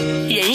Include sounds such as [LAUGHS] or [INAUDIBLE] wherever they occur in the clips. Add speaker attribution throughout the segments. Speaker 1: 人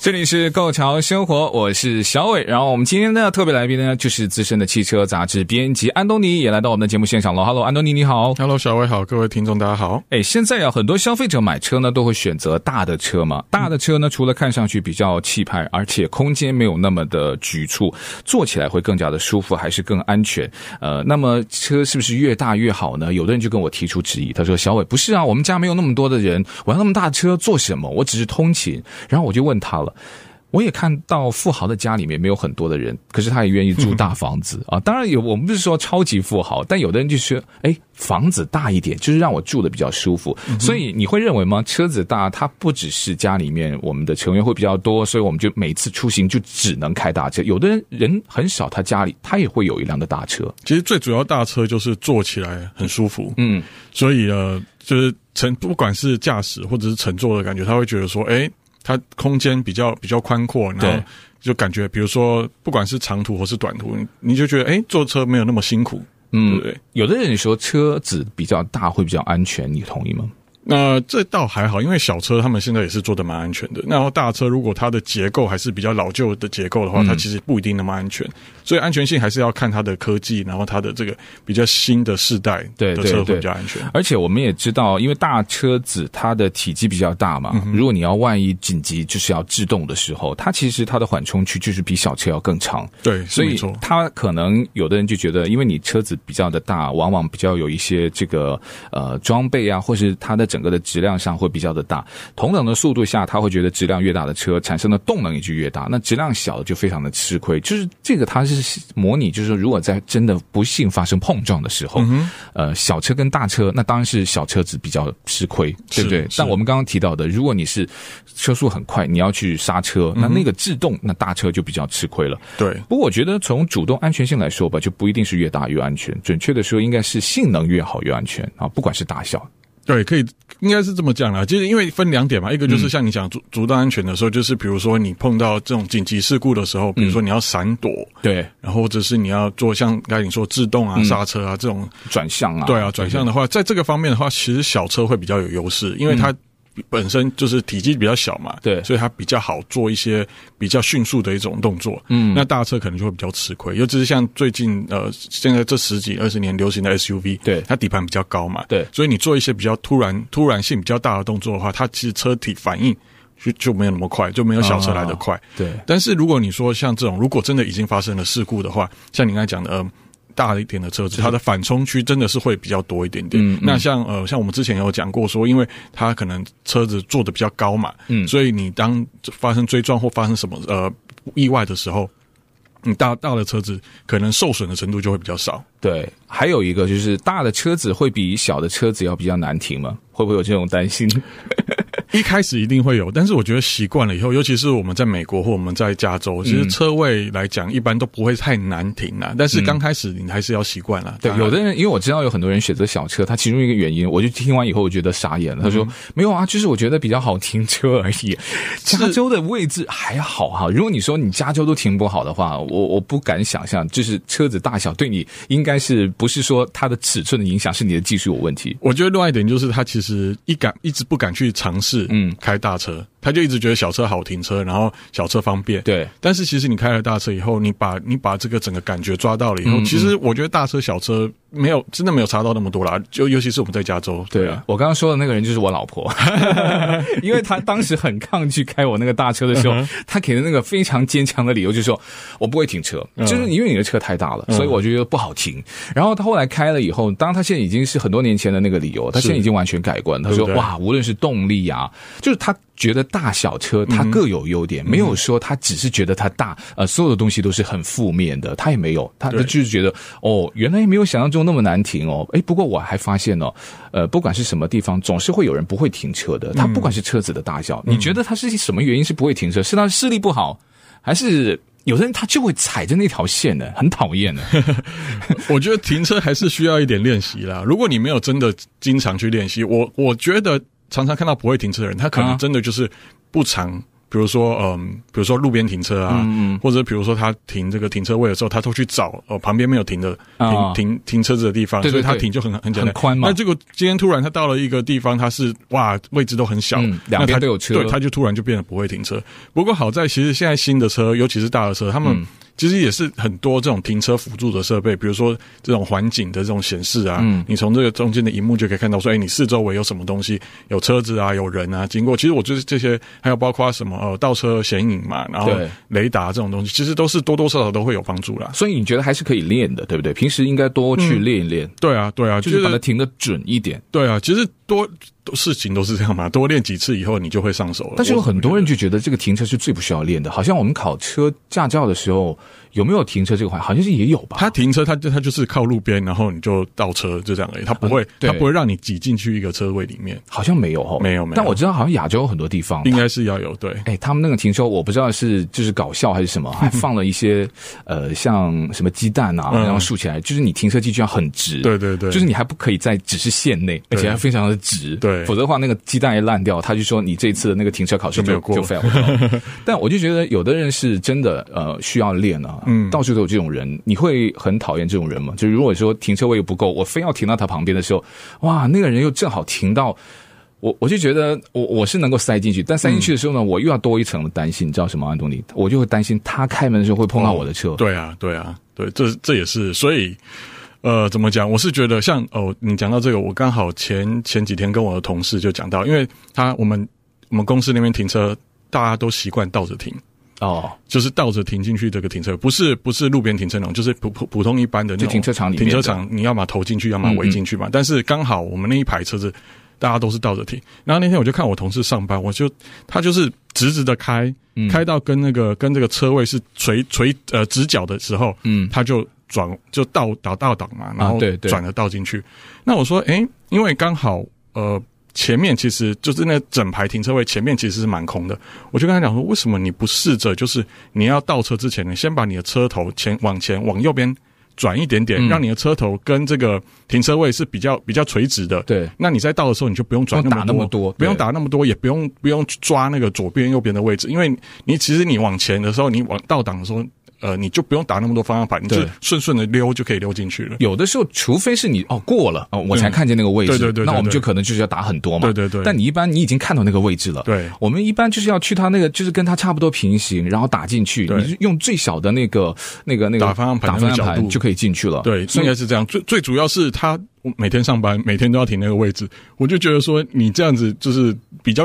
Speaker 2: 这里是《购潮生活》，我是小伟。然后我们今天的特别来宾呢，就是资深的汽车杂志编辑安东尼，也来到我们的节目现场了。Hello，安东尼，你好。
Speaker 3: Hello，小伟好，各位听众大家好。
Speaker 2: 哎，现在呀、很多消费者买车呢，都会选择大的车嘛。大的车呢，除了看上去比较气派，而且空间没有那么的局促，坐起来会更加的舒服，还是更安全。呃，那么车是不是越大越好呢？有的人就跟我提出质疑，他说：“小伟，不是啊，我们家没有那么多的人，我要那么大的车做什么？我只是通勤。”然后我就问他了。我也看到富豪的家里面没有很多的人，可是他也愿意住大房子啊。当然有，我们不是说超级富豪，但有的人就是哎，房子大一点，就是让我住的比较舒服。所以你会认为吗？车子大，它不只是家里面我们的成员会比较多，所以我们就每次出行就只能开大车。有的人人很少，他家里他也会有一辆的大车。
Speaker 3: 其实最主要大车就是坐起来很舒服，嗯，所以呃，就是乘不管是驾驶或者是乘坐的感觉，他会觉得说，哎、它空间比较比较宽阔，然
Speaker 2: 对
Speaker 3: 后就感觉，比如说不管是长途或是短途，你你就觉得，哎、坐车没有那么辛苦，嗯，对不对？
Speaker 2: 有的人说车子比较大会比较安全，你同意吗？
Speaker 3: 那这倒还好，因为小车他们现在也是做的蛮安全的。然后大车如果它的结构还是比较老旧的结构的
Speaker 2: 嗯
Speaker 3: 话，它其实不一定那么安全。所以安全性还是要看它的科技，然后它的这个比较新的世代
Speaker 2: 对
Speaker 3: 的
Speaker 2: 对
Speaker 3: 车
Speaker 2: 对
Speaker 3: 会比较安全。
Speaker 2: 而且我们也知道，因为大车子它的体积比较大嘛，如果你要万一紧急就是要制动的时候，它其实它的缓冲区就是比小车要更长。
Speaker 3: 对，是
Speaker 2: 所
Speaker 3: 没
Speaker 2: 以
Speaker 3: 错。
Speaker 2: 它可能有的人就觉得，因为你车子比较的大，往往比较有一些这个呃装备啊，或是它的整个的质量上会比较的大。同等的速度下，他会觉得质量越大的车产生的动能也就越大，那质量小的就非常的吃亏。就是这个它是模拟，就是说如果在真的不幸发生碰撞的时
Speaker 3: 嗯
Speaker 2: 候，呃，小车跟大车，那当然是小车子比较吃亏，对不对？
Speaker 3: 是
Speaker 2: 但我们刚刚提到的，如果你是车速很快，你要去刹车，
Speaker 3: 嗯
Speaker 2: 那那个制动，那大车就比较吃亏了。
Speaker 3: 对，
Speaker 2: 不过我觉得从主动安全性来说吧，就不一定是越大越安全。准确的说，应该是性能越好越安全啊，不管是大小。
Speaker 3: 对，可以，应该是这么讲啦。其实因为分两点嘛，一个
Speaker 2: 嗯
Speaker 3: 就是像你讲足足到安全的时候，就是比如说你碰到这种紧急事故的时候，比
Speaker 2: 嗯
Speaker 3: 如说你要闪躲，
Speaker 2: 对，
Speaker 3: 然后或者是你要做像刚才你说制动
Speaker 2: 嗯
Speaker 3: 啊、刹车啊这种
Speaker 2: 转向啊，
Speaker 3: 对啊，转向的话，在这个方面的话，其实小车会比较有优势，因为它本身就是体积比较小嘛，
Speaker 2: 嗯对
Speaker 3: 所以它比较好做一些比较迅速的一种动作。嗯，那大车可能就会比较吃亏，尤其是像最近呃，现在这十几二十年流行的 SUV，
Speaker 2: 对
Speaker 3: 它底盘比较高嘛，
Speaker 2: 对
Speaker 3: 所以你做一些比较突然、突然性比较大的动作的话，它其实车体反应就就没有那么快，就没有小车
Speaker 2: 啊
Speaker 3: 来的快。
Speaker 2: 对
Speaker 3: 但是如果你说像这种，如果真的已经发生了事故的话，像你刚才讲的，呃，大一点的车子，它的反冲区真的是会比较多一点点。那像呃，像我们之前有讲过说，因为它可能车子做的比较高嘛，嗯，所以你当发生追撞或发生什么呃意外的时候。你大大的车子可能受损的程度就会比较少，
Speaker 2: 对。还有一个就是大的车子会比小的车子要比较难停吗？会不会有这种担心？
Speaker 3: 一开始一定会有，但是我觉得习惯了以后，尤其是我们在美国或我们在加州，其实车位来讲一般都不会太难停啊啦。但是刚开始你还是要习惯啦。
Speaker 2: 对，
Speaker 3: 当然
Speaker 2: 有的人因为我知道有很多人选择小车，他其中一个原因，我就听完以后我觉得傻
Speaker 3: 嗯
Speaker 2: 眼了。他说、没有啊，就是我觉得比较好停车而已。加州的位置还好哈，如果你说你加州都停不好的话，我我不敢想象，就是车子大小对你应该是不是说它的尺寸的影响，是你的技术有问题。
Speaker 3: 我觉得另外一点就是，他其实一敢一直不敢去尝试，
Speaker 2: 嗯
Speaker 3: 嗯，开大车，他就一直觉得小车好停车，然后小车方便，。
Speaker 2: 对，
Speaker 3: 但是其实你开了大车以后，你把你把这个整个感觉抓到了以后，其实我觉得大车小车没有真的没有差到那么多啦，就尤其是我们在加州，
Speaker 2: 对
Speaker 3: 啊，
Speaker 2: 我刚刚说的那个人就是我老婆，因为她当时很抗拒开我那个大车的时候，她给的那个非常坚强的理由就是说，我不会停车，就是因为你的车太大了，所以我就觉得不好停。然后她后来开了以后，当然她现在已经是很多年前的那个理由，她现在已经完全改观。她说
Speaker 3: 对不对
Speaker 2: 哇，无论是动力啊，就是她觉得大小车它
Speaker 3: 嗯
Speaker 2: 各有优点，没有说她只是觉得它大，呃，所有的东西都是很负面的，她也没有，她
Speaker 3: 对
Speaker 2: 就是觉得哦，原来没有想象中那么难停哦。哎，不过我还发现哦，呃，不管是什么地方，总是会有人不会停车的。他
Speaker 3: 嗯
Speaker 2: 不管是车子的大小，你觉得他是什么原因是不会停车？是他视力不好，还是？有的人他就会踩着那条线的，很讨厌
Speaker 3: [LAUGHS]
Speaker 2: 的。
Speaker 3: 我觉得停车还是需要一点练习啦。如果你没有真的经常去练习，我我觉得常常看到不会停车的人，他可
Speaker 2: 啊
Speaker 3: 能真的就是不常。比如说，嗯，比如说路边停车啊，
Speaker 2: 嗯
Speaker 3: 或者比如说他停这个停车位的时候，他都去找呃旁边没有停的停、
Speaker 2: 啊
Speaker 3: 停停车子的地方，
Speaker 2: 对对
Speaker 3: 所以
Speaker 2: 对
Speaker 3: 他停就很很简单
Speaker 2: 很宽嘛
Speaker 3: 但这个今天突然他到了一个地方，他是哇位置都很小，
Speaker 2: 嗯两
Speaker 3: 那
Speaker 2: 边
Speaker 3: 他
Speaker 2: 都有车
Speaker 3: 对，他就突然就变得不会停车。不过好在其实现在新的车，尤其是大的车，他
Speaker 2: 嗯
Speaker 3: 们其实也是很多这种停车辅助的设备，比如说这种环景的这种显示啊，
Speaker 2: 嗯
Speaker 3: 你从这个中间的荧幕就可以看到说，哎，你四周围有什么东西，有车子啊，有人啊经过。其实我觉得这些还有包括什么呃倒车显影嘛，然后
Speaker 2: 对
Speaker 3: 雷达这种东西，其实都是多多少少都会有帮助啦。
Speaker 2: 所以你觉得还是可以练的，对不对？平时应该多去练一练，
Speaker 3: 对啊，对啊，
Speaker 2: 就是
Speaker 3: 觉
Speaker 2: 把它
Speaker 3: 得
Speaker 2: 停的准一点。
Speaker 3: 对啊，其实多多事情都是这样嘛，多练几次以后你就会上手了。
Speaker 2: 但是有
Speaker 3: 我
Speaker 2: 很多人就觉得这个停车是最不需要练的，好像我们考车驾照的时候有没有停车这个环，好像是也有吧？
Speaker 3: 他停车，他就他就是靠路边，然后你就倒车，就这样而已。他不会，
Speaker 2: 嗯对
Speaker 3: 他不会让你挤进去一个车位里面，
Speaker 2: 好像没有哦，
Speaker 3: 没有没有
Speaker 2: 但我知道好像亚洲有很多地方，
Speaker 3: 应该是要有对。
Speaker 2: 哎，他们那个停车，我不知道是就是搞笑还是什么，
Speaker 3: [LAUGHS]
Speaker 2: 还放了一些呃，像什么鸡蛋啊，
Speaker 3: 嗯
Speaker 2: 然后竖起来，就是你停车机就要很直，
Speaker 3: 对对对
Speaker 2: 就是你还不可以在只是线内，而
Speaker 3: 对
Speaker 2: 且还非常的直，
Speaker 3: 对
Speaker 2: 否则的话那个鸡蛋一烂掉，他就说你这次的那个停车考试
Speaker 3: 就没
Speaker 2: 就
Speaker 3: 有过
Speaker 2: 就 fail
Speaker 3: [LAUGHS]
Speaker 2: 了。但我就觉得有的人是真的呃需要练啊，嗯，到处都有这种人，你会很讨厌这种人吗？就是如果说停车位又不够，我非要停到他旁边的时候，哇，那个人又正好停到。我我就觉得我我是能够塞进去，但塞进去的时
Speaker 3: 嗯
Speaker 2: 候呢，我又要多一层的担心，你知道什么，安东尼？我就会担心他开门的时候会碰到我的车。
Speaker 3: 对啊，对啊，对，这这也是，所以，呃，怎么讲？我是觉得像哦，你讲到这个，我刚好前前几天跟我的同事就讲到，因为他我们我们公司那边停车，大家都习惯倒着停。
Speaker 2: 哦，
Speaker 3: 就是倒着停进去这个停车，不是不是路边停车那种，就是普普普通一般的那
Speaker 2: 就
Speaker 3: 种
Speaker 2: 停车场里面
Speaker 3: 停
Speaker 2: 的嗯
Speaker 3: 车场你要么投进去，要么围进去嘛。但是刚好我们那一排车子大家都是倒着停。然后那天我就看我同事上班，我就他就是直直的开，
Speaker 2: 嗯
Speaker 3: 开到跟那个跟这个车位是垂垂呃直角的时候，
Speaker 2: 嗯啊
Speaker 3: 他就转就倒倒倒档嘛，然后
Speaker 2: 对对
Speaker 3: 转了倒进去。那我说，诶，因为刚好呃。前面其实就是那整排停车位前面其实是蛮空的，我就跟他讲说，为什么你不试着就是你要倒车之前，你先把你的车头前往前往右边转一点点，
Speaker 2: 嗯
Speaker 3: 让你的车头跟这个停车位是比较比较垂直的。
Speaker 2: 对
Speaker 3: 那你在倒的时候你就不用转
Speaker 2: 不用打
Speaker 3: 那
Speaker 2: 那么多
Speaker 3: 不用
Speaker 2: 对
Speaker 3: 打那么多，也不用不用去抓那个左边右边的位置，因为你其实你往前的时候，你往倒档的时候，呃，你就不用打那么多方向盘，你就
Speaker 2: 对
Speaker 3: 顺顺的溜就可以溜进去了。
Speaker 2: 有的时候，除非是你哦过了哦，我才看见那个位置，
Speaker 3: 嗯对对对对
Speaker 2: 那我们
Speaker 3: 对
Speaker 2: 就可能就是要打很多嘛。
Speaker 3: 对对对
Speaker 2: 但你一般你已经看到那个位置了。
Speaker 3: 对
Speaker 2: 我们一般就是要去他那个，就是跟他差不多平行，然后打进去，
Speaker 3: 对
Speaker 2: 你就用最小的那个那个那个
Speaker 3: 打方向盘
Speaker 2: 打
Speaker 3: 的那
Speaker 2: 方
Speaker 3: 个
Speaker 2: 向
Speaker 3: 角
Speaker 2: 盘
Speaker 3: 度
Speaker 2: 就可以进去了。
Speaker 3: 对，
Speaker 2: 所
Speaker 3: 应
Speaker 2: 以
Speaker 3: 该是这样。最最主要是他我每天上班，每天都要停那个位置，我就觉得说你这样子就是比较，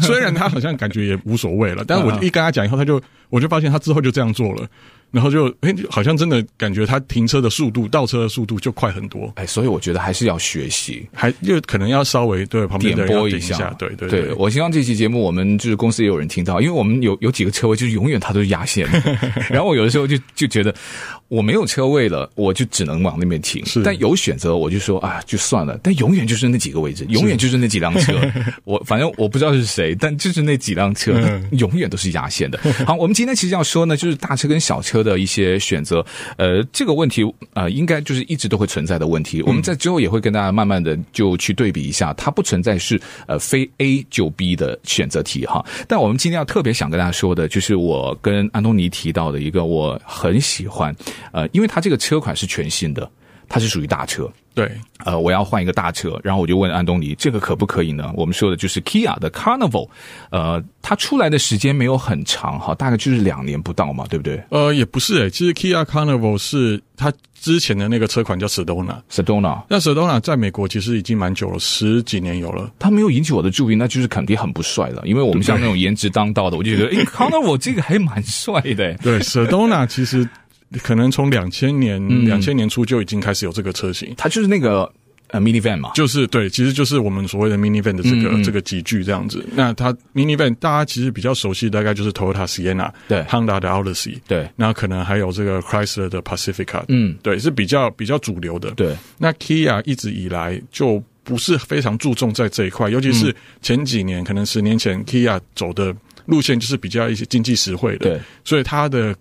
Speaker 3: 虽然他好像感觉也无所谓
Speaker 2: [LAUGHS]
Speaker 3: 了，但是我
Speaker 2: 嗯
Speaker 3: 一跟他讲以后，他就我就发现他之后就这样做了，然后就哎、好像真的感觉他停车的速度、倒车的速度就快很多，
Speaker 2: 哎，所以我觉得还是要学习。
Speaker 3: 还就可能要稍微对旁边
Speaker 2: 点
Speaker 3: 的人要
Speaker 2: 播
Speaker 3: 点一
Speaker 2: 下，
Speaker 3: 对对
Speaker 2: 对我希望这期节目我们就是公司也有人听到，因为我们有有几个车位就是永远它都是压线
Speaker 3: [LAUGHS]
Speaker 2: 的，然后我有的时候就就觉得我没有车位了，我就只能往那边停
Speaker 3: 是，
Speaker 2: 但有选择我就说啊就算了，但永远就是那几个位置，永远就是那几辆车，我反正我不知道是谁，但就是那几辆车永远都是压线的。好，我们今天其实要说呢，就是大车跟小车的一些选择，呃，这个问题呃应该就是一直都会存在的问题，我们在之后也会跟大家慢慢的就去对比一下，它不存在是呃非 A 就 B 的选择题哈。但我们今天要特别想跟大家说的，就是我跟安东尼提到的一个我很喜欢，呃，因为它这个车款是全新的，它是属于大车。
Speaker 3: 对
Speaker 2: 呃，我要换一个大车，然后我就问安东尼，这个可不可以呢？我们说的就是 Kia 的 Carnival，呃，它出来的时间没有很长哈，大概就是两年不到嘛，对不对
Speaker 3: 呃也不是诶、其实 Kia Carnival 是它之前的那个车款叫 Sedona，
Speaker 2: ？Sedona，
Speaker 3: 那 Sedona 在美国其实已经蛮久了，十几年有了。
Speaker 2: 它没有引起我的注意，那就是肯定很不帅了，因为我们像那种颜值当道的，我就觉得，哎，Carnival 这个还蛮帅的诶。
Speaker 3: [LAUGHS] 对，Sedona 其实可能从两千年
Speaker 2: 嗯
Speaker 3: 两千年初就已经开始有这个车型，
Speaker 2: 它就是那个呃 minivan 嘛，
Speaker 3: 就是对，其实就是我们所谓的 minivan 的这个、
Speaker 2: 嗯嗯
Speaker 3: 这个集聚这样子。那它 minivan 大家其实比较熟悉，大概就是 Toyota Sienna、
Speaker 2: 对
Speaker 3: Honda 的 Odyssey，
Speaker 2: 对
Speaker 3: 那可能还有这个 Chrysler 的 Pacifica，
Speaker 2: 嗯，
Speaker 3: 对，是比较比较主流的。
Speaker 2: 对，
Speaker 3: 那 Kia 一直以来就不是非常注重在这一块，尤其
Speaker 2: 嗯
Speaker 3: 是前几年，可能十年前 Kia 走的路线就是比较一些经济实惠的，
Speaker 2: 对，
Speaker 3: 所以它的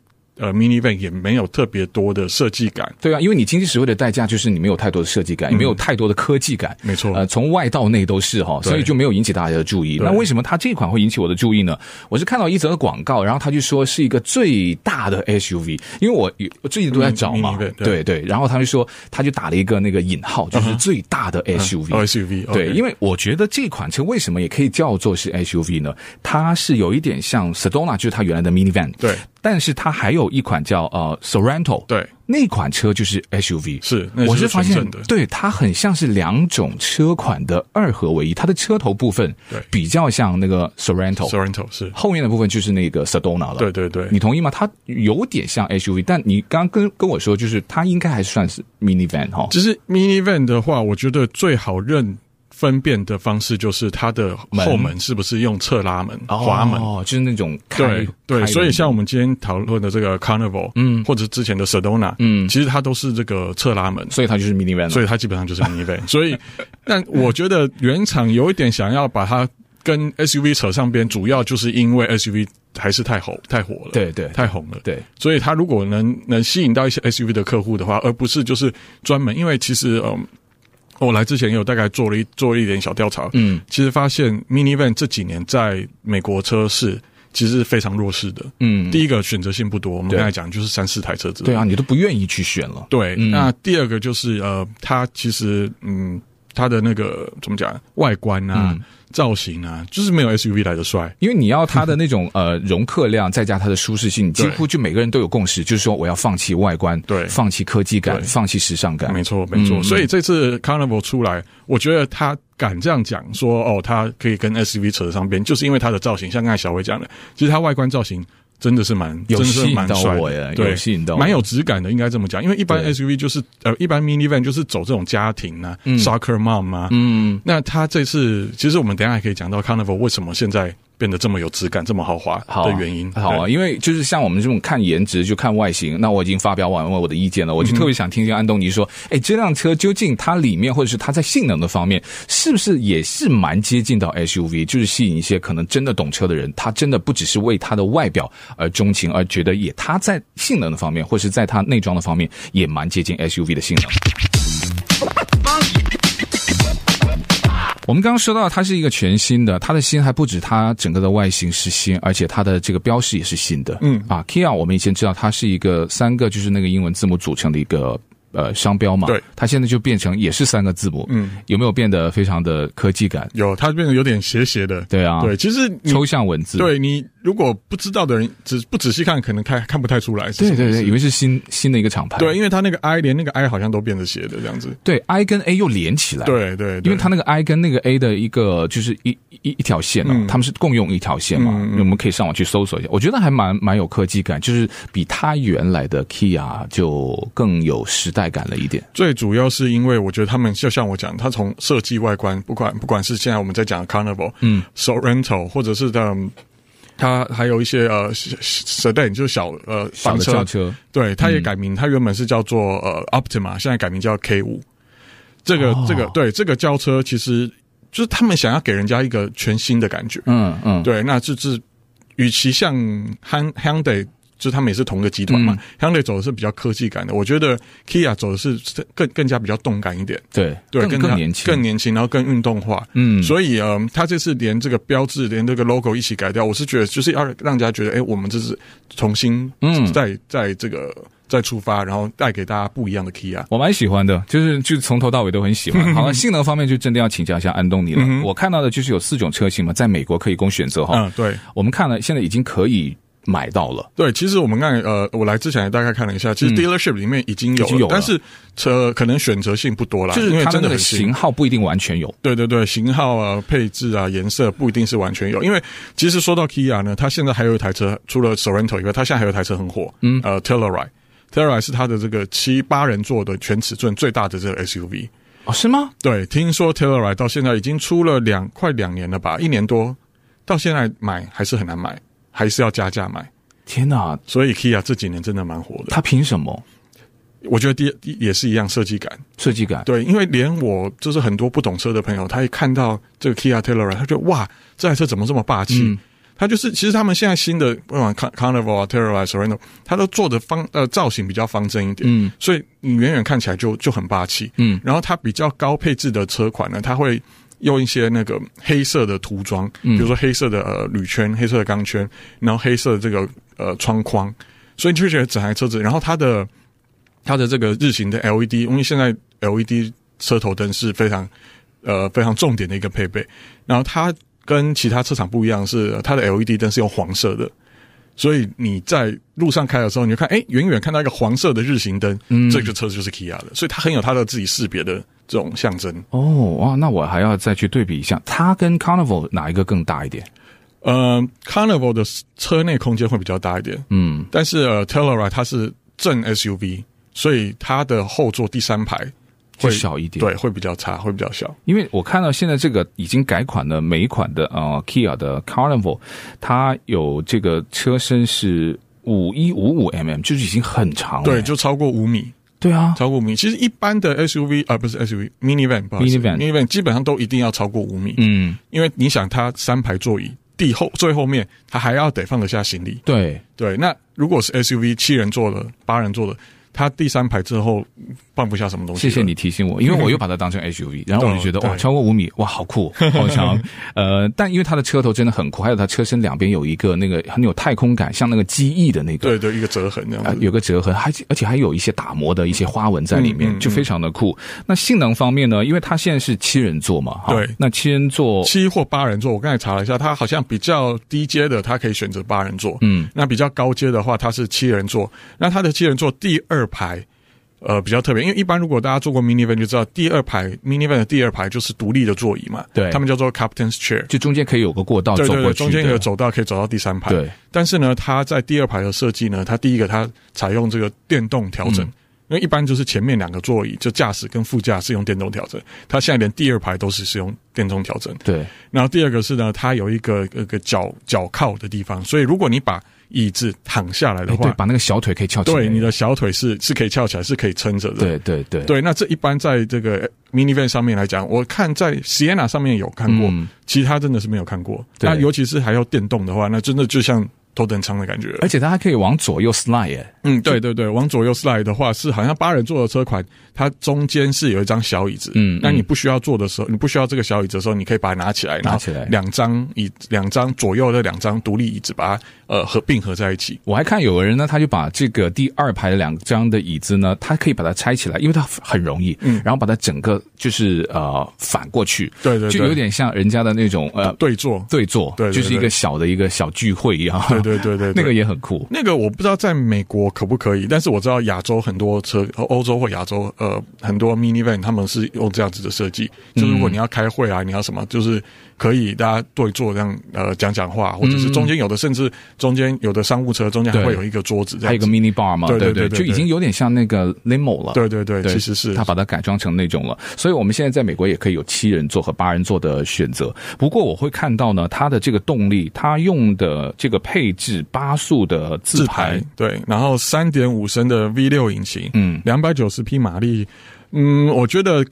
Speaker 3: 呃 minivan 也没有特别多的设计感。
Speaker 2: 对啊，因为你经济实惠的代价就是你没有太多的设计感，也没有太多的科技感，
Speaker 3: 嗯没错
Speaker 2: 呃，从外到内都是哈，所以就没有引起大家的注意。那为什么它这款会引起我的注意呢？我是看到一则的广告，然后他就说是一个最大的 SUV，因为我我自己都在找嘛
Speaker 3: minivan，，对嗯啊
Speaker 2: 对对，然后他就说他就打了一个那个引号，就是最大的 SUV，
Speaker 3: 哦 SUV，
Speaker 2: 对，
Speaker 3: 为
Speaker 2: 因为我觉得这款车为什么也可以叫做是 SUV 呢？它是有一点像 Sedona，就是它原来的 minivan。
Speaker 3: 对，
Speaker 2: 但是它还有一款叫呃 Sorento，
Speaker 3: 对，
Speaker 2: 那款车就是 SUV。
Speaker 3: 是那就是
Speaker 2: 我是发现
Speaker 3: 纯正的
Speaker 2: 对它很像是两种车款的二合为一，它的车头部分
Speaker 3: 对
Speaker 2: 比较像那个 Sorento。
Speaker 3: Sorento 是
Speaker 2: 后面的部分就是那个 Sedona 了，
Speaker 3: 对对对
Speaker 2: 你同意吗？它有点像 SUV，但你刚刚跟跟我说，就是它应该还算是 minivan 哈、
Speaker 3: 其实 minivan 的话，我觉得最好认分辨的方式就是它的后门是不是用侧拉门、
Speaker 2: 哦，
Speaker 3: 滑门。
Speaker 2: 就是那种开
Speaker 3: 对
Speaker 2: 开
Speaker 3: 对，
Speaker 2: 的
Speaker 3: 所以
Speaker 2: 那种
Speaker 3: 像我们今天讨论的这个 Carnival，嗯，或者之前的 Sedona，
Speaker 2: 嗯
Speaker 3: 其实它都是这个侧拉门，
Speaker 2: 所以它就是 minivan 了。
Speaker 3: 所以它基本上就是
Speaker 2: [LAUGHS]
Speaker 3: minivan。所以，但我觉得原厂有一点想要把它跟 SUV 扯上边，主要就是因为 SUV 还是太红太火了，
Speaker 2: 对对
Speaker 3: 太红了，
Speaker 2: 对
Speaker 3: 所以它如果能能吸引到一些 SUV 的客户的话，而不是就是专门，因为其实嗯。我来之前有大概做了一做了一点小调查，
Speaker 2: 嗯，
Speaker 3: 其实发现 minivan 这几年在美国车市其实是非常弱势的，
Speaker 2: 嗯
Speaker 3: 第一个选择性不多，我们
Speaker 2: 对
Speaker 3: 刚才讲就是三四台车子，
Speaker 2: 对啊，你都不愿意去选了。
Speaker 3: 对，
Speaker 2: 嗯
Speaker 3: 那第二个就是呃，它其实嗯，它的那个怎么讲，外观啊、
Speaker 2: 嗯
Speaker 3: 造型啊，就是没有 SUV 来的帅。
Speaker 2: 因为你要它的那
Speaker 3: [LAUGHS]
Speaker 2: 种呃容客量，再加它的舒适性，几
Speaker 3: 对
Speaker 2: 乎就每个人都有共识，就是说我要放弃外观，
Speaker 3: 对
Speaker 2: 放弃科技感，
Speaker 3: 对
Speaker 2: 放弃时尚感，
Speaker 3: 没错，没错。
Speaker 2: 嗯
Speaker 3: 所以这次 Carnival 出来，我觉得他敢这样讲说，哦，它可以跟 SUV 扯上边，就是因为它的造型，像刚才小伟讲的，其实它外观造型真的是蛮，
Speaker 2: 有
Speaker 3: 真的是
Speaker 2: 吸引
Speaker 3: 蛮
Speaker 2: 到
Speaker 3: 帅
Speaker 2: 我
Speaker 3: 的
Speaker 2: 耶
Speaker 3: 对，
Speaker 2: 有吸引到我
Speaker 3: 蛮有质感的，应该这么讲。因为一般
Speaker 2: 对
Speaker 3: SUV 就是呃，一般 minivan 就是走这种家庭啊、soccer mom 啊，
Speaker 2: 嗯，
Speaker 3: 那他这次，其实我们等一下还可以讲到 Carnival 为什么现在变得这么有质感、这么豪华
Speaker 2: 好啊
Speaker 3: 的原因。
Speaker 2: 好啊，因为就是像我们这种看颜值就看外形，那我已经发表完我的意见了，我就特别想听听安东
Speaker 3: [LAUGHS]
Speaker 2: 尼说，哎，这辆车究竟它里面或者是它在性能的方面，是不是也是蛮接近到 SUV，就是吸引一些可能真的懂车的人，他真的不只是为它的外表而钟情，而觉得也它在性能的方面，或是在它内装的方面，也蛮接近 SUV 的性能。我们刚刚说到，它是一个全新的，它的新还不止它整个的外形是新，而且它的这个标识也是新的。嗯啊，Kia 我们以前知道它是一个三个就是那个英文字母组成的一个呃商标嘛，
Speaker 3: 对，
Speaker 2: 它现在就变成也是三个字母，嗯，有没有变得非常的科技感？
Speaker 3: 有它变得有点斜斜的。
Speaker 2: 对啊
Speaker 3: 对，其实你
Speaker 2: 抽象文字，
Speaker 3: 对你如果不知道的人，只不仔细看，可能看看不太出来是
Speaker 2: 对
Speaker 3: 什么
Speaker 2: 对
Speaker 3: 意思。
Speaker 2: 对，以为是新新的一个厂牌，
Speaker 3: 对，因为它那个 I 连那个 I 好像都变得斜的这样子。
Speaker 2: 对，I 跟 A 又连起来，
Speaker 3: 对对，对
Speaker 2: 因为它那个 I 跟那个 A 的一个就是一一一条线
Speaker 3: 嗯
Speaker 2: 哦，他们是共用一条线嘛，我们可以上网去搜索一下，我觉得还蛮蛮有科技感，就是比它原来的 Kia 就更有时代感了一点。
Speaker 3: 最主要是因为我觉得他们就像我讲，他从设计外观，不管不管是现在我们在讲的 Carnival，嗯，Sorrento，或者是的，它还有一些呃 sedan，就是小呃
Speaker 2: 小
Speaker 3: 房
Speaker 2: 的
Speaker 3: 车
Speaker 2: 轿，车，嗯
Speaker 3: 对，它也改名，它原本是叫做呃 Optima，现在改名叫 K 五。这个、
Speaker 2: 哦
Speaker 3: 这个对这个轿车，其实就是他们想要给人家一个全新的感觉。
Speaker 2: 嗯嗯，
Speaker 3: 对，那就是与其像 Han Hyundai，就是他们也是同一个集团嘛、
Speaker 2: 嗯
Speaker 3: h y u n d a i 走的是比较科技感的，我觉得 Kia 走的是更更加比较动感一点。
Speaker 2: 对
Speaker 3: 对，
Speaker 2: 更
Speaker 3: 它
Speaker 2: 更年轻，
Speaker 3: 更年轻，然后更运动化。
Speaker 2: 嗯
Speaker 3: 所以嗯，他这次连这个标志、连这个 logo 一起改掉，我是觉得就是要让大家觉得，哎，我们这是重新
Speaker 2: 嗯
Speaker 3: 再再这个再出发，然后带给大家不一样的 Kia。
Speaker 2: 我蛮喜欢的，就是就从头到尾都很喜
Speaker 3: [LAUGHS]
Speaker 2: 欢。好了，性能方面就真的要请教一下安东尼了。我看到的就是有四种车型嘛，在美国可以供选择哈。
Speaker 3: 嗯，对
Speaker 2: 我们看了，现在已经可以买到了。
Speaker 3: 对，其实我们刚才呃，我来之前也大概看了一下，其实 dealership 里面已经有
Speaker 2: 嗯已经有了
Speaker 3: 但是车可能选择性不多啦，
Speaker 2: 就是
Speaker 3: 因为
Speaker 2: 它的
Speaker 3: 真
Speaker 2: 那
Speaker 3: 的
Speaker 2: 个
Speaker 3: 很新
Speaker 2: 型号不一定完全有，
Speaker 3: 对对对，型号啊、配置啊、颜色不一定是完全有，因为其实说到 Kia 呢，它现在还有一台车，除了 Sorento 以外，它现在还有一台车很火，嗯，呃，Telluride。Telluride 是它的这个七八人座的全尺寸最大的这个 SUV。
Speaker 2: 哦，是吗？
Speaker 3: 对，听说 Telluride 到现在已经出了两快两年了吧，一年多，到现在买还是很难买，还是要加价买。
Speaker 2: 天哪，
Speaker 3: 所以 Kia 这几年真的蛮火的，
Speaker 2: 他凭什么
Speaker 3: 我觉得第第也是一样设计感。
Speaker 2: 设计感？
Speaker 3: 对，因为连我就是
Speaker 2: 嗯
Speaker 3: 很多不懂车的朋友，他一看到这个 Kia Telluride，他觉得哇，这台车怎么这么霸气？它就是其实他们现在新的不管 Con- Carnival 啊、Terra 啊、Sorrento，它都做的方呃造型比较方正一点，
Speaker 2: 嗯，
Speaker 3: 所以你远远看起来就就很霸气，
Speaker 2: 嗯
Speaker 3: 然后它比较高配置的车款呢，它会。用一些那个黑色的涂装，
Speaker 2: 嗯
Speaker 3: 比如说黑色的呃铝圈、黑色的钢圈，然后黑色的这个呃窗框，所以你就会觉得整台车子，然后它的它的这个日行的 LED，因为现在 LED 车头灯是非常呃非常重点的一个配备。然后它跟其他车厂不一样是，呃它的 LED 灯是用黄色的，所以你在路上开的时候，你就看哎，远远看到一个黄色的日行灯，
Speaker 2: 嗯
Speaker 3: 这个车就是 Kia 的，所以它很有它的自己识别的这种象征。
Speaker 2: 哦，哇，那我还要再去对比一下，它跟 Carnival 哪一个更大一点？
Speaker 3: 呃，Carnival 的车内空间会比较大一点，
Speaker 2: 嗯，
Speaker 3: 但是呃 Telluride 它是正 SUV，所以它的后座第三排
Speaker 2: 就
Speaker 3: 会
Speaker 2: 小一点。
Speaker 3: 对，会比较差，会比较小。
Speaker 2: 因为我看到现在这个已经改款的每一款的呃 Kia 的 Carnival，它有这个车身是五一五五 mm，就是已经很长了。
Speaker 3: 对，就超过五米，
Speaker 2: 对啊，
Speaker 3: 超过五米。其实一般的 SUV 啊、不是 SUV，minivan，不好意思
Speaker 2: Minivan
Speaker 3: minivan 基本上都一定要超过五米，
Speaker 2: 嗯，
Speaker 3: 因为你想它三排座椅，地后最后面它还要得放得下行李。
Speaker 2: 对，
Speaker 3: 对，那如果是 SUV 七人座的、八人座的，它第三排之后放不下什么东西。
Speaker 2: 谢谢你。提醒我，因为我又把它当成
Speaker 3: [LAUGHS]
Speaker 2: SUV，然后我就觉得
Speaker 3: 对
Speaker 2: 哇，超过五米，哇，好
Speaker 3: [LAUGHS]
Speaker 2: 酷，好长。呃，但因为它的车头真的很酷，还有它车身两边有一个那个很有太空感，像那个机翼的那个，
Speaker 3: 对对，一个折痕这样
Speaker 2: 啊，
Speaker 3: 子。
Speaker 2: 有个折痕，还而且还有一些打磨的一些花纹在里面，
Speaker 3: 嗯嗯
Speaker 2: 就非常的酷。那性能方面呢？因为它现在是七人座嘛，哈
Speaker 3: 对
Speaker 2: 那七人座，
Speaker 3: 七或八人座，我刚才查了一下，它好像比较低阶的，它可以选择八人座。
Speaker 2: 嗯，
Speaker 3: 那比较高阶的话，它是七人座。那它的七人座第二排，呃，比较特别，因为一般如果大家坐过 minivan 就知道，第二排 minivan 的第二排就是独立的座椅嘛，
Speaker 2: 对
Speaker 3: 他们叫做 captain's chair。
Speaker 2: 就中间可以有个过道
Speaker 3: 对
Speaker 2: 走
Speaker 3: 对
Speaker 2: 过
Speaker 3: 对，
Speaker 2: 去
Speaker 3: 中
Speaker 2: 的，
Speaker 3: 间有走道可以走到第三排。
Speaker 2: 对，
Speaker 3: 但是呢，它在第二排的设计呢，它第一个它采用这个电动调整，
Speaker 2: 嗯
Speaker 3: 因为一般就是前面两个座椅，就驾驶跟副驾是用电动调整，它现在连第二排都是使用电动调整。
Speaker 2: 对，
Speaker 3: 然后第二个是呢，它有一个一个脚脚靠的地方，所以如果你把椅子躺下来的
Speaker 2: 哎
Speaker 3: 话，
Speaker 2: 对，把那个小腿可以翘起来，
Speaker 3: 对你的小腿是是可以翘起来，是可以撑着的。
Speaker 2: 对对对
Speaker 3: 对，那这一般在这个呃 minivan 上面来讲，我看在 Sienna 上面有看过，
Speaker 2: 嗯
Speaker 3: 其他真的是没有看过。
Speaker 2: 对
Speaker 3: 那尤其是还要电动的话，那真的就像头等舱的感觉。
Speaker 2: 而且它还可以往左右 slide，耶
Speaker 3: 嗯，对对对，往左右 slide 的话，是好像八人座的车款，它中间是有一张小椅子。
Speaker 2: 嗯
Speaker 3: 那
Speaker 2: 嗯
Speaker 3: 你不需要坐的时候，你不需要这个小椅子的时候，你可以把它拿起来，然后
Speaker 2: 拿起来
Speaker 3: 两张椅，两张左右的两张独立椅子，把它呃合并合在一起。
Speaker 2: 我还看有人呢，他就把这个第二排的两张的椅子呢，他可以把它拆起来，因为它很容易，
Speaker 3: 嗯
Speaker 2: 然后把它整个就是呃反过去，
Speaker 3: 对对对
Speaker 2: 就有点像人家的那种呃
Speaker 3: 对坐，
Speaker 2: 对坐，
Speaker 3: 对对
Speaker 2: 就是一
Speaker 3: 对
Speaker 2: 个小的一个小聚会一样，
Speaker 3: 对对对对对
Speaker 2: [LAUGHS] 那个也很酷。
Speaker 3: 那个我不知道在美国可不可以，但是我知道亚洲很多车，呃欧洲或亚洲呃很多 minivan 他们是用这样子的设计，
Speaker 2: 嗯
Speaker 3: 就是如果你要开会啊，你要什么，就是可以大家对坐这样呃讲讲话，或者是中间有的甚至中间有的商务车中间还
Speaker 2: 对
Speaker 3: 会有一个桌子这
Speaker 2: 还有一
Speaker 3: 样
Speaker 2: 个
Speaker 3: 子。
Speaker 2: mini bar 嘛，
Speaker 3: 对
Speaker 2: 对
Speaker 3: 对对对
Speaker 2: 就已经有点像那个 limo 了。
Speaker 3: 对对对，
Speaker 2: 对，
Speaker 3: 其实是
Speaker 2: 他把它改装成那种了，所以我们现在在美国也可以有七人座和八人座的选择。不过我会看到呢，它的这个动力，它用的这个配置八速的自排，
Speaker 3: 对，然后三点五升的 V 六引擎，
Speaker 2: 嗯，
Speaker 3: 两百九十匹马力，嗯，我觉得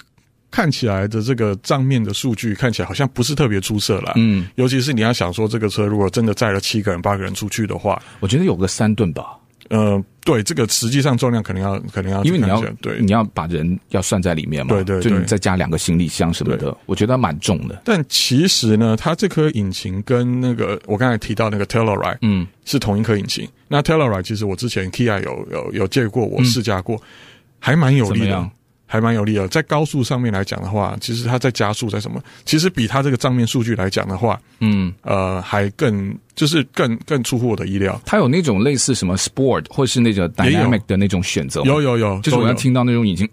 Speaker 3: 看起来的这个账面的数据看起来好像不是特别出色啦，
Speaker 2: 嗯，
Speaker 3: 尤其是你要想说这个车如果真的载了七个人、八个人出去的话，
Speaker 2: 我觉得有个三吨吧，
Speaker 3: 呃，对，这个实际上重量可能要可能要
Speaker 2: 因为你
Speaker 3: 去看
Speaker 2: 要
Speaker 3: 一下对
Speaker 2: 你要把人要算在里面嘛，
Speaker 3: 对对
Speaker 2: 就你
Speaker 3: 对
Speaker 2: 再加两个行李箱什么的，我觉得蛮重的。
Speaker 3: 但其实呢，它这颗引擎跟那个我刚才提到那个 Telluride
Speaker 2: 嗯，
Speaker 3: 是同一颗引擎。那 Telluride 其实我之前 Kia 有有有借过，我试驾过，还蛮有
Speaker 2: 嗯怎
Speaker 3: 力
Speaker 2: 么
Speaker 3: 的
Speaker 2: 样，
Speaker 3: 还蛮有力的。在高速上面来讲的话，其实它在加速在什么，其实比它这个账面数据来讲的话，
Speaker 2: 嗯，
Speaker 3: 呃，还更就是更更出乎我的意料。
Speaker 2: 它有那种类似什么 sport 或是那种
Speaker 3: 也有
Speaker 2: dynamic 的那种选择吗？
Speaker 3: 有有有，
Speaker 2: 就是
Speaker 3: 都
Speaker 2: 我要
Speaker 3: 有
Speaker 2: 听到那种已经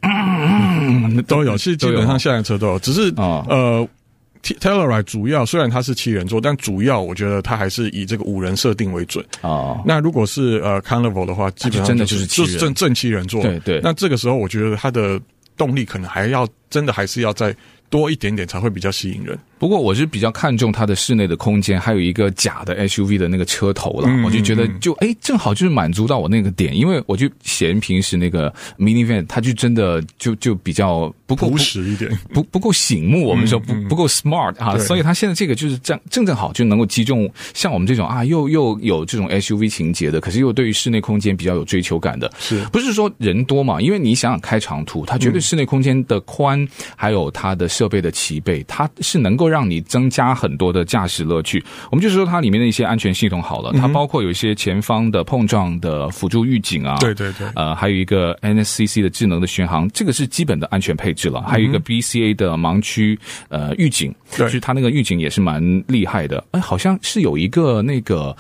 Speaker 3: 都有，其实基本上现在车都有，只是、
Speaker 2: 哦
Speaker 3: 呃。T- Telluride 主要虽然它是七人座，但主要我觉得它还是以这个五人设定为准。
Speaker 2: 啊，
Speaker 3: 那如果是呃 Carnival 的话，基本上
Speaker 2: 真的
Speaker 3: 就是
Speaker 2: 就是七人
Speaker 3: 正正七人座。
Speaker 2: 对对
Speaker 3: 那这个时候，我觉得它的动力可能还要真的还是要再多一点点才会比较吸引人。
Speaker 2: 不不过我是比较看重它的室内的空间，还有一个假的 SUV 的那个车头了，我就觉得就哎，正好就是满足到我那个点，因为我就嫌平时那个 minivan 它就真的就就比较不够
Speaker 3: 朴实一点。
Speaker 2: 不不够醒目，我们说不不够 smart 啊，
Speaker 3: 嗯对
Speaker 2: 所以他现在这个就是正正正好就能够击中像我们这种啊，又又有这种 SUV 情节的，可是又对于室内空间比较有追求感的，
Speaker 3: 是嗯
Speaker 2: 不是说人多嘛？因为你想想开长途，它绝对室内空间的宽，还有它的设备的齐备，它是能够让你增加很多的驾驶乐趣。我们就是说它里面的一些安全系统好了，
Speaker 3: 嗯
Speaker 2: 它包括有一些前方的碰撞的辅助预警啊，
Speaker 3: 对对对
Speaker 2: 呃，还有一个 NSCC 的智能的巡航，这个是基本的安全配置了，还有一个 BCA 的盲区呃预警，
Speaker 3: 嗯对
Speaker 2: 就是它那个预警也是蛮厉害的，哎，好像是有一个那个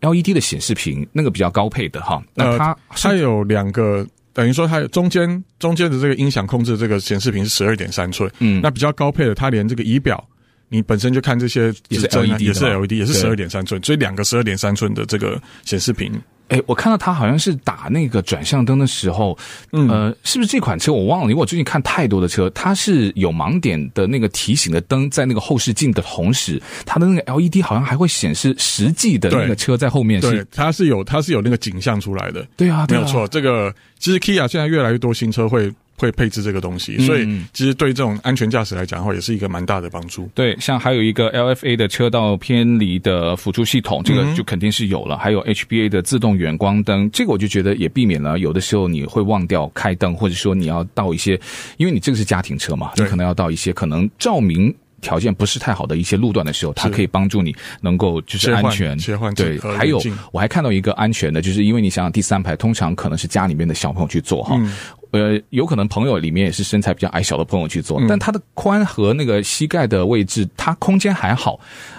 Speaker 2: LED 的显示屏，那个比较高配的哈，那
Speaker 3: 呃
Speaker 2: 它
Speaker 3: 它有两个，等于说它有中间中间的这个音响控制这个显示屏是十二点三寸，
Speaker 2: 嗯
Speaker 3: 那比较高配的，它连这个仪表。你本身就看这些
Speaker 2: 也是
Speaker 3: 指针啊
Speaker 2: LED
Speaker 3: 也是
Speaker 2: 的嘛
Speaker 3: LED，也是十
Speaker 2: 对
Speaker 3: 二点三寸，所以两个十二点三寸的这个显示屏，
Speaker 2: 哎，我看到他好像是打那个转向灯的时候，
Speaker 3: 嗯
Speaker 2: 呃，是不是这款车我忘了？因为我最近看太多的车，它是有盲点的那个提醒的灯在那个后视镜的同时，它的那个 LED 好像还会显示实际的那个
Speaker 3: 对
Speaker 2: 车在后面
Speaker 3: 对
Speaker 2: 哎是，，
Speaker 3: 它是有它是有那个景象出来的，
Speaker 2: 对啊，
Speaker 3: 没
Speaker 2: 对啊
Speaker 3: 有错。这个其实 Kia 现在越来越多新车会会配置这个东
Speaker 2: 嗯
Speaker 3: 西，所以其实对这种安全驾驶来讲的话，也是一个蛮大的帮助。
Speaker 2: 对，像还有一个 LFA 的车道偏离的辅助系统，这
Speaker 3: 嗯
Speaker 2: 个就肯定是有了。还有 HBA 的自动远光灯，这个我就觉得也避免了有的时候你会忘掉开灯，或者说你要到一些，因为你这个是家庭车嘛，你
Speaker 3: 对
Speaker 2: 可能要到一些可能照明。条件不是太好的一些路段的时候，它
Speaker 3: 是
Speaker 2: 可以帮助你能够就是
Speaker 3: 切
Speaker 2: 安
Speaker 3: 换
Speaker 2: 全
Speaker 3: 切换呃
Speaker 2: 对
Speaker 3: 整，合
Speaker 2: 还有
Speaker 3: 路径
Speaker 2: 我还看到一个安全的，就是因为你想想第三排通常可能是家里面的小朋友去坐哈，
Speaker 3: 嗯
Speaker 2: 呃，有可能朋友里面也是身材比较矮小的朋友去坐，
Speaker 3: 嗯
Speaker 2: 但它的宽和那个膝盖的位置，它空间还好。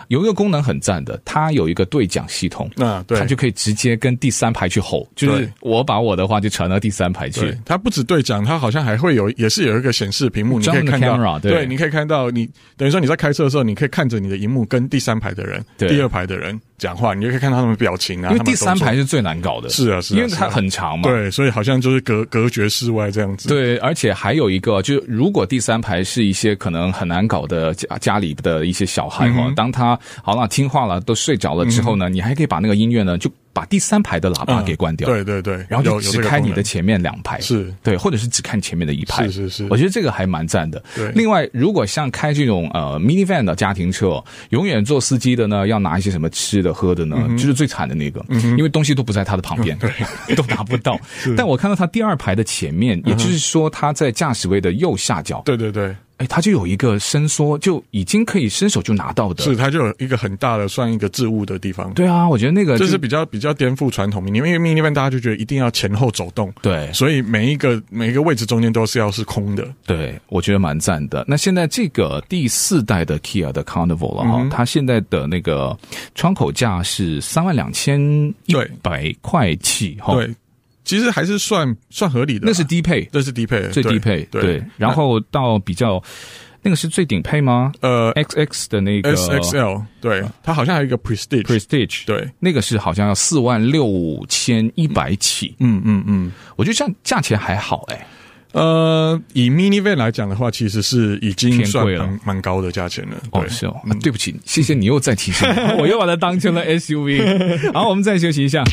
Speaker 2: 有一个功能很赞的，它有一个对讲系统，
Speaker 3: 那啊对
Speaker 2: 它，就可以直接跟第三排去吼，就是
Speaker 3: 对
Speaker 2: 我把我的话就传到第三排去
Speaker 3: 对。，它不止对讲，它好像还会有，也是有一个显示屏幕，你可以
Speaker 2: Jump
Speaker 3: 看到
Speaker 2: camera，对
Speaker 3: 对，你可以看到你等于说你在开车的时候，你可以看着你的荧幕跟第三排的人、
Speaker 2: 对
Speaker 3: 第二排的人讲话，你就可以看到他们表情啊，
Speaker 2: 因为
Speaker 3: 他们
Speaker 2: 第三
Speaker 3: 动作
Speaker 2: 排是最难搞的，
Speaker 3: 是啊是啊
Speaker 2: 因为
Speaker 3: 是啊
Speaker 2: 它很长嘛，
Speaker 3: 对，所以好像就是隔隔绝室外这样子。
Speaker 2: 对，而且还有一个，就是如果第三排是一些可能很难搞的家家里的一些小
Speaker 3: 嗯
Speaker 2: 孩哈、当他好了听话了，都睡着了之后呢，你还可以把那个音乐呢，就把第三排的喇叭
Speaker 3: 嗯，
Speaker 2: 给关掉，
Speaker 3: 对对对，
Speaker 2: 然后
Speaker 3: 有
Speaker 2: 就
Speaker 3: 有
Speaker 2: 只
Speaker 3: 这个
Speaker 2: 开
Speaker 3: 功
Speaker 2: 你的
Speaker 3: 能
Speaker 2: 前面两排，
Speaker 3: 是
Speaker 2: 对，或者是只看前面的一排，
Speaker 3: 是是是
Speaker 2: 我觉得这个还蛮赞的。
Speaker 3: 对
Speaker 2: 另外，如果像开这种呃 minivan 的家庭车，永远做司机的呢，要拿一些什么吃的喝的呢，
Speaker 3: 嗯
Speaker 2: 就是最惨的那个，因为东西都不在他的旁
Speaker 3: [LAUGHS]
Speaker 2: 边，对， [LAUGHS] 都拿不到。但我看到他第二排的前面，也就是说他在驾驶位的右下角，
Speaker 3: 嗯对对对，
Speaker 2: 哎，他就有一个伸缩，就已经可以伸手就拿到的。
Speaker 3: 是，它就有一个很大的算一个置物的地方。
Speaker 2: 对啊，我觉得那个
Speaker 3: 这
Speaker 2: 就是
Speaker 3: 比较比较颠覆传统 mini，因为 mini van 大家就觉得一定要前后走动，
Speaker 2: 对
Speaker 3: 所以每一个每一个位置中间都是要是空的，
Speaker 2: 对，我觉得蛮赞的。那现在这个第四代的 Kia 的 Carnival
Speaker 3: 嗯
Speaker 2: 了哈、它现在的那个窗口价是三万两千一百块起哈，
Speaker 3: 对，其实还是算算合理的啦，
Speaker 2: 那是低配，
Speaker 3: 这是低配，
Speaker 2: 最
Speaker 3: 对
Speaker 2: 低配
Speaker 3: 对。
Speaker 2: 然后到比较，那个是最顶配吗
Speaker 3: 呃
Speaker 2: ？XX 的那个
Speaker 3: ，S X L，对，它好像还有一个 Prestige，
Speaker 2: 啊 Prestige，
Speaker 3: 对，
Speaker 2: 那个是好像要四万六千一百起，
Speaker 3: 嗯嗯嗯，
Speaker 2: 我觉得这样价钱还好哎、
Speaker 3: 呃，以 minivan 来讲的话，其实是已经
Speaker 2: 偏
Speaker 3: 算
Speaker 2: 贵了
Speaker 3: 蛮蛮高的价钱了，对，
Speaker 2: 哦，是哦、啊对不起，谢谢你又再提醒 [LAUGHS] 我，我又把它当成了 [LAUGHS] SUV。好，我们再休息一下。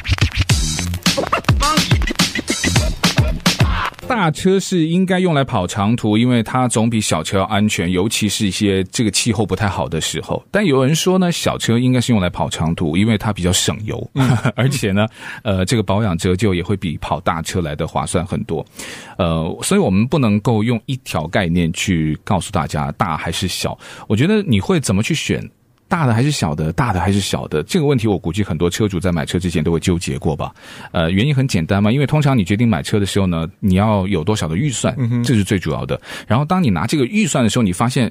Speaker 2: 大车是应该用来跑长途，因为它总比小车要安全，尤其是一些这个气候不太好的时候。但有人说呢，小车应该是用来跑长途，因为它比较省油， [LAUGHS] 而且呢，呃，这个保养折旧也会比跑大车来的划算很多。呃，所以我们不能够用一条概念去告诉大家大还是小。我觉得你会怎么去选？大的还是小的，大的还是小的，这个问题我估计很多车主在买车之前都会纠结过吧。呃，原因很简单嘛，因为通常你决定买车的时候呢，你要有多少的预算，这是最主要的。然后当你拿这个预算的时候，你发现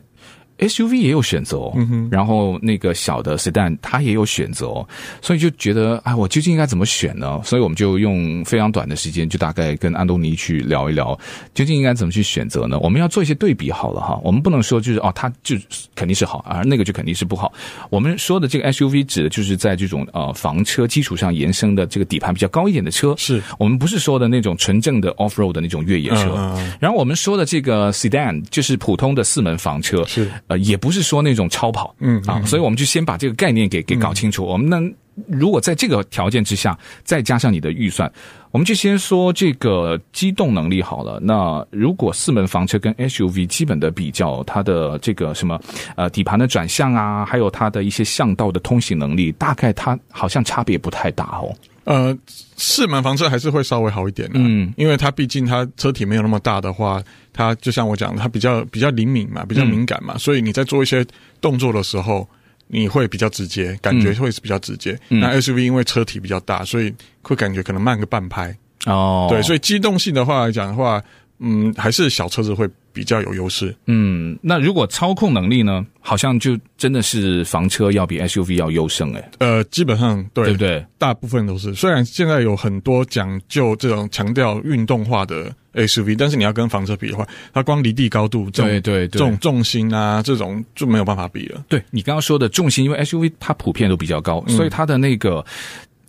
Speaker 2: SUV 也有选择
Speaker 3: 嗯
Speaker 2: 哦，然后那个小的 sedan 它也有选择哦，所以就觉得哎，我究竟应该怎么选呢？所以我们就用非常短的时间，就大概跟安东尼去聊一聊，究竟应该怎么去选择呢？我们要做一些对比好了哈，我们不能说就是哦，它就肯定是好，而那个就肯定是不好。我们说的这个 SUV 指的就是在这种呃房车基础上延伸的这个底盘比较高一点的车，
Speaker 3: 是
Speaker 2: 我们不是说的那种纯正的 off road 的那种越野车，
Speaker 3: 嗯嗯嗯
Speaker 2: 然后我们说的这个 sedan 就是普通的四门房车，
Speaker 3: 是
Speaker 2: 呃，也不是说那种超跑，
Speaker 3: 嗯
Speaker 2: 啊，所以我们就先把这个概念给给搞清楚。我们能如果在这个条件之下，再加上你的预算，我们就先说这个机动能力好了。那如果四门房车跟 SUV 基本的比较，它的这个什么呃底盘的转向啊，还有它的一些巷道的通行能力，大概它好像差别不太大哦。
Speaker 3: 呃，四门房车还是会稍微好一点的、
Speaker 2: 嗯
Speaker 3: 因为它毕竟它车体没有那么大的话，它就像我讲的，它比较比较灵敏嘛，比较敏感
Speaker 2: 嗯
Speaker 3: 嘛，所以你在做一些动作的时候，你会比较直接，感
Speaker 2: 嗯
Speaker 3: 觉会是比较直接。那 SUV 因为车体比较大，所以会感觉可能慢个半拍。
Speaker 2: 哦
Speaker 3: 对，所以机动性的话来讲的话，嗯，还是小车子会比较有优势。
Speaker 2: 嗯，那如果操控能力呢，好像就真的是房车要比 SUV 要优胜诶、哎
Speaker 3: 呃，基本上对
Speaker 2: 对不对？
Speaker 3: 大部分都是，虽然现在有很多讲究这种强调运动化的 SUV，但是你要跟房车比的话，它光离地高度、这种
Speaker 2: 对对
Speaker 3: 这
Speaker 2: 对
Speaker 3: 种重心啊，这种就没有办法比了。
Speaker 2: 对你刚刚说的重心，因为 SUV 它普遍都比较高，
Speaker 3: 嗯
Speaker 2: 所以它的那个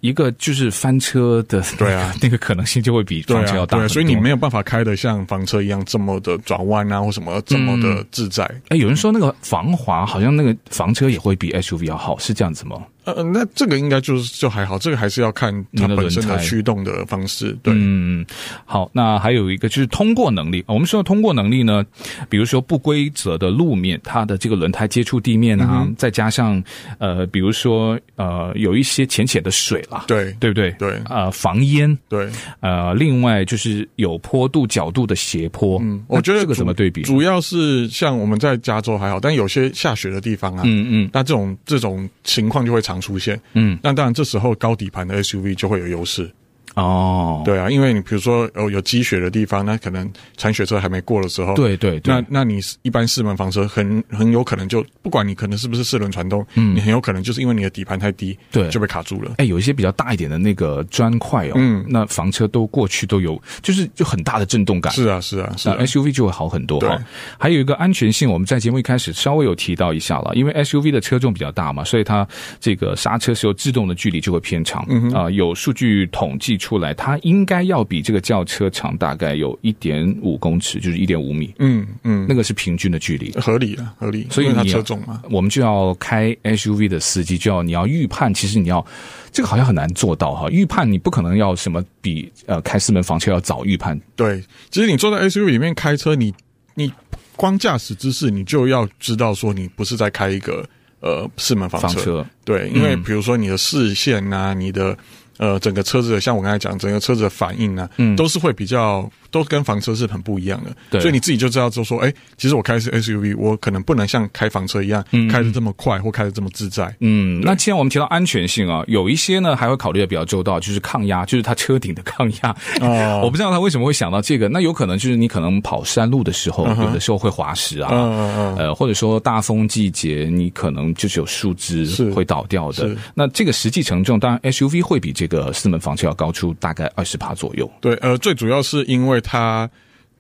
Speaker 2: 一个就是翻车的
Speaker 3: 对啊，
Speaker 2: [LAUGHS] 那个可能性就会比
Speaker 3: 对
Speaker 2: 房车
Speaker 3: 啊，
Speaker 2: 要大
Speaker 3: 对
Speaker 2: 很
Speaker 3: 啊，
Speaker 2: 多。
Speaker 3: 所以你没有办法开的像房车一样这么的转弯啊，或什么这么的自在。
Speaker 2: 哎，有人说那个防滑好像那个房车也会比 SUV 要好，是这样子吗？
Speaker 3: 呃，那这个应该就是就还好，这个还是要看它本
Speaker 2: 你的轮
Speaker 3: 身的
Speaker 2: 胎
Speaker 3: 驱动的方式。对，
Speaker 2: 嗯，好，那还有一个就是通过能力。我们说的通过能力呢，比如说不规则的路面，它的这个轮胎接触地
Speaker 3: 嗯
Speaker 2: 面啊，再加上呃，比如说呃，有一些浅浅的水啦，
Speaker 3: 对
Speaker 2: 对不对？
Speaker 3: 对
Speaker 2: 呃，防淹，
Speaker 3: 对，
Speaker 2: 呃，另外就是有坡度、角度的斜坡。
Speaker 3: 嗯，我觉得
Speaker 2: 那这个
Speaker 3: 主
Speaker 2: 怎么对比？
Speaker 3: 主要是像我们在加州还好，但有些下雪的地方啊，
Speaker 2: 嗯嗯
Speaker 3: 那这种这种情况就会常出现。
Speaker 2: 嗯，
Speaker 3: 那当然，这时候高底盘的 SUV 就会有优势，
Speaker 2: 哦，
Speaker 3: 对啊，因为你比如说哦有积雪的地方，那可能铲雪车还没过的时候，，
Speaker 2: 对对对
Speaker 3: 那，那你一般四门房车很很有可能就不管你可能是不是四轮传动，嗯，你很有可能就是因为你的底盘太低，
Speaker 2: 对
Speaker 3: 就被卡住了。
Speaker 2: 哎，有一些比较大一点的那个砖块哦，
Speaker 3: 嗯
Speaker 2: 那房车都过去都有，就是就很大的震动感。
Speaker 3: 是啊，是啊，是啊
Speaker 2: 那，SUV 就会好很多
Speaker 3: 对
Speaker 2: 哈。还有一个安全性，我们在节目一开始稍微有提到一下了，因为 SUV 的车重比较大嘛，所以它这个刹车时候制动的距离就会偏长。
Speaker 3: 嗯
Speaker 2: 啊、有数据统计出来，它应该要比这个轿车长大概有一点五公尺，就是一点五米，
Speaker 3: 嗯嗯，
Speaker 2: 那个是平均的距离。
Speaker 3: 合理啊，合理，
Speaker 2: 所以
Speaker 3: 因为它
Speaker 2: 你
Speaker 3: 车重嘛，
Speaker 2: 我们就要开 SUV 的司机，就要你要预判，其实你要这个好像很难做到哈。预判你不可能要什么比呃开四门房车要早预判，
Speaker 3: 对，其实你坐在 SUV 里面开车，你你光驾驶姿势，你就要知道说你不是在开一个呃四门房车，
Speaker 2: 房车
Speaker 3: 对，因为
Speaker 2: 嗯
Speaker 3: 比如说你的视线呐、你的呃整个车子的，像我刚才讲，整个车子的反应呐、
Speaker 2: 嗯
Speaker 3: 都是会比较都跟房车是很不一样的，
Speaker 2: 对
Speaker 3: 所以你自己就知道就说，哎，其实我开的是 SUV，我可能不能像开房车一样、开的这么快或开的这么自在，
Speaker 2: 嗯，那既然我们提到安全性啊，有一些呢还会考虑的比较周到，就是抗压，就是它车顶的抗压。
Speaker 3: 哦
Speaker 2: [LAUGHS] 我不知道他为什么会想到这个，那有可能就是你可能跑山路的时候，有的时候会滑石啊。
Speaker 3: 嗯嗯嗯。
Speaker 2: 呃，或者说大风季节，你可能就是有树枝
Speaker 3: 是
Speaker 2: 会倒掉的
Speaker 3: 是。
Speaker 2: 那这个实际承重，当然 SUV 会比这个四门房车要高出大概二十帕左右。
Speaker 3: 对，呃，最主要是因为它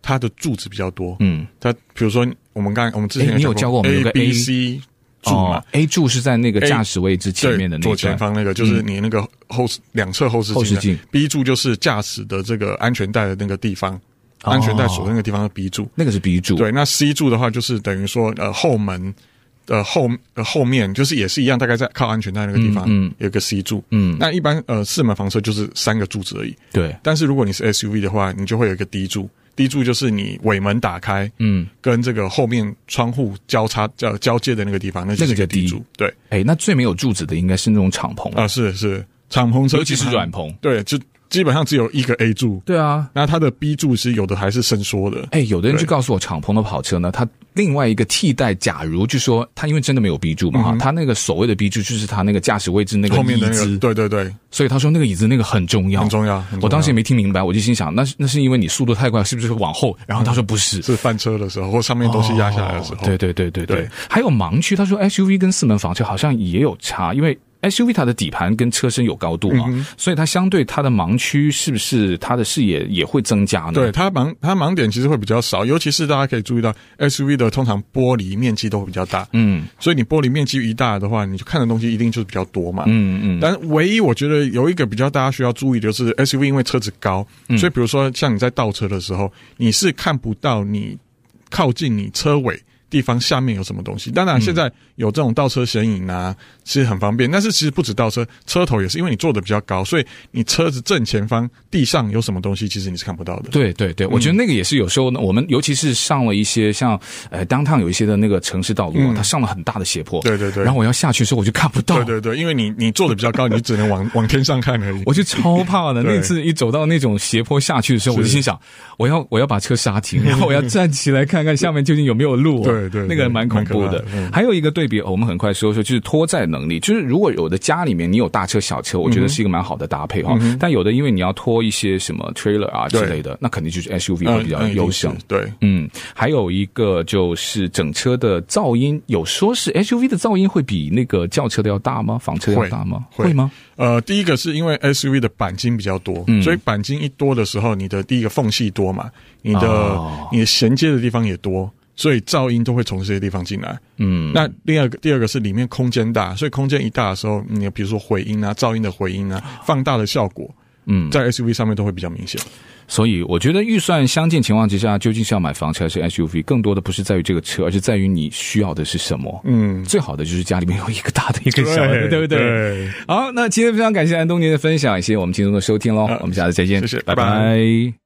Speaker 3: 它的柱子比较多，
Speaker 2: 嗯，
Speaker 3: 它比如说我们刚才我们之
Speaker 2: 诶
Speaker 3: 前
Speaker 2: 你有
Speaker 3: 有
Speaker 2: 教过我们有个
Speaker 3: A B
Speaker 2: A
Speaker 3: C 柱嘛
Speaker 2: 哦，，A 柱是在那个
Speaker 3: A-
Speaker 2: 驾驶位置前面的
Speaker 3: 哎对，
Speaker 2: 那
Speaker 3: 左
Speaker 2: 一
Speaker 3: 前
Speaker 2: 段。嗯
Speaker 3: 方那个就是你那个后视两侧后视镜
Speaker 2: 后
Speaker 3: 的，
Speaker 2: 视镜
Speaker 3: B 柱就是驾驶的这个安全带的那个地方，
Speaker 2: 哦
Speaker 3: 安全带锁的那个地方是 B 柱。
Speaker 2: 那个是 B 柱，
Speaker 3: 对，那 C 柱的话就是等于说呃后门。呃，后呃后面就是也是一样，大概在靠安全带那个地方，
Speaker 2: 嗯嗯
Speaker 3: 有个 C 柱，
Speaker 2: 嗯
Speaker 3: 那一般呃四门房车就是三个柱子而已，
Speaker 2: 对，
Speaker 3: 但是如果你是 SUV 的话，你就会有一个低柱，低柱就是你尾门打开，
Speaker 2: 嗯，
Speaker 3: 跟这个后面窗户交叉呃交界的那个地方，那就是一
Speaker 2: 那个叫低
Speaker 3: 低柱。对
Speaker 2: 哎，那最没有柱子的应该是那种敞篷
Speaker 3: 啊、是是，敞篷车
Speaker 2: 尤其是
Speaker 3: 基本上
Speaker 2: 软棚
Speaker 3: 对，就基本上只有一个 A 柱，
Speaker 2: 对啊，
Speaker 3: 那它的 B 柱是有的还是伸缩的。
Speaker 2: 哎，有的人就
Speaker 3: 对
Speaker 2: 告诉我，敞篷的跑车呢，它另外一个替代，假如就说它因为真的没有 B 柱嘛，哈它那个所谓的 B 柱就是它那个驾驶位置那个
Speaker 3: 嗯后面的
Speaker 2: 椅
Speaker 3: 那
Speaker 2: 子
Speaker 3: 个，，对对对，
Speaker 2: 所以他说那个椅子那个很重要，
Speaker 3: 很重要很重要
Speaker 2: 我当时也没听明白，我就心想，那是那是因为你速度太快，是不是会往后？然后他说不是，哦
Speaker 3: 是翻车的时候或上嗯面东西压下来的时候，
Speaker 2: 对对对对对，
Speaker 3: 对
Speaker 2: 还有盲区，他说 SUV 跟四门房车好像也有差，因为。SUV 它的底盘跟车身有高度嘛，
Speaker 3: 嗯
Speaker 2: 所以它相对它的盲区是不是它的视野也会增加呢？
Speaker 3: 对它盲它盲点其实会比较少，尤其是大家可以注意到 SUV 的通常玻璃面积都会比较大，
Speaker 2: 嗯，
Speaker 3: 所以你玻璃面积一大的话，你就看的东西一定就是比较多嘛。
Speaker 2: 嗯嗯
Speaker 3: 但唯一我觉得有一个比较大家需要注意的就是 SUV，因为车子高，
Speaker 2: 嗯
Speaker 3: 所以比如说像你在倒车的时候，你是看不到你靠近你车尾地方下面有什么东西。
Speaker 2: 嗯
Speaker 3: 当然，现在有这种倒车显影啊，其实很方便。但是其实不止倒车，车头也是，因为你坐的比较高，所以你车子正前方地上有什么东西，其实你是看不到的。
Speaker 2: 对对
Speaker 3: 嗯
Speaker 2: 对，我觉得那个也是有时候呢，我们尤其是上了一些像呃当趟有一些的那个城市道路啊，它上了很大的斜坡，
Speaker 3: 嗯对对对
Speaker 2: 然后我要下去的时候我就看不到，
Speaker 3: 对对对，因为你你坐的比较高，你就只能往往天上看而已。
Speaker 2: 我就超怕的。
Speaker 3: [LAUGHS] 对
Speaker 2: 那次一走到那种斜坡下去的时候，我就心想，我要我要把车刹
Speaker 3: [LAUGHS]
Speaker 2: 停，然后我要站起来看看下面究竟有没有路、哦。
Speaker 3: 对对对
Speaker 2: 那个蛮恐怖
Speaker 3: 蛮可
Speaker 2: 的
Speaker 3: 怕的。嗯
Speaker 2: 还有一个对比，哦我们很快说说，就是拖载能力。就是如果有的家里面你有大车小车，我
Speaker 3: 嗯
Speaker 2: 觉得是一个蛮好的搭配哈、但有的因为你要拖一些什么 trailer 啊之
Speaker 3: 对
Speaker 2: 类的，那肯定就是 SUV
Speaker 3: 嗯
Speaker 2: 会比较
Speaker 3: 嗯一定
Speaker 2: 优
Speaker 3: 是
Speaker 2: 胜。
Speaker 3: 对，
Speaker 2: 嗯，还有一个就是整车的噪音，有说是 SUV 的噪音会比那个轿车的要大吗？房车要
Speaker 3: 会
Speaker 2: 大啊吗？
Speaker 3: 会
Speaker 2: 吗？嗯
Speaker 3: 呃，第一个是因为 SUV 的钣金比较多，所以钣金一多的时候，你的第一个缝隙多嘛，你的、
Speaker 2: 哦
Speaker 3: 你的衔接的地方也多，所以噪音都会从这些地方进来。
Speaker 2: 嗯，
Speaker 3: 那第二个第二个是里面空间大，所以空间一大的时候，你比如说回音啊、噪音的回音啊、放大的效果，
Speaker 2: 嗯
Speaker 3: 在 SUV 上面都会比较明显。
Speaker 2: 所以我觉得预算相近情况之下，究竟是要买房车还是 SUV，更多的不是在于这个车，而是在于你需要的是什么。
Speaker 3: 嗯，
Speaker 2: 最好的就是家里面有一个大的，一个小的，
Speaker 3: 对
Speaker 2: 对不对？
Speaker 3: 对
Speaker 2: 好，那今天非常感谢安东尼的分享，也谢谢我们听众的收听喽，
Speaker 3: 啊
Speaker 2: 我们下次再见，
Speaker 3: 谢谢
Speaker 2: 拜
Speaker 3: 拜拜
Speaker 2: 拜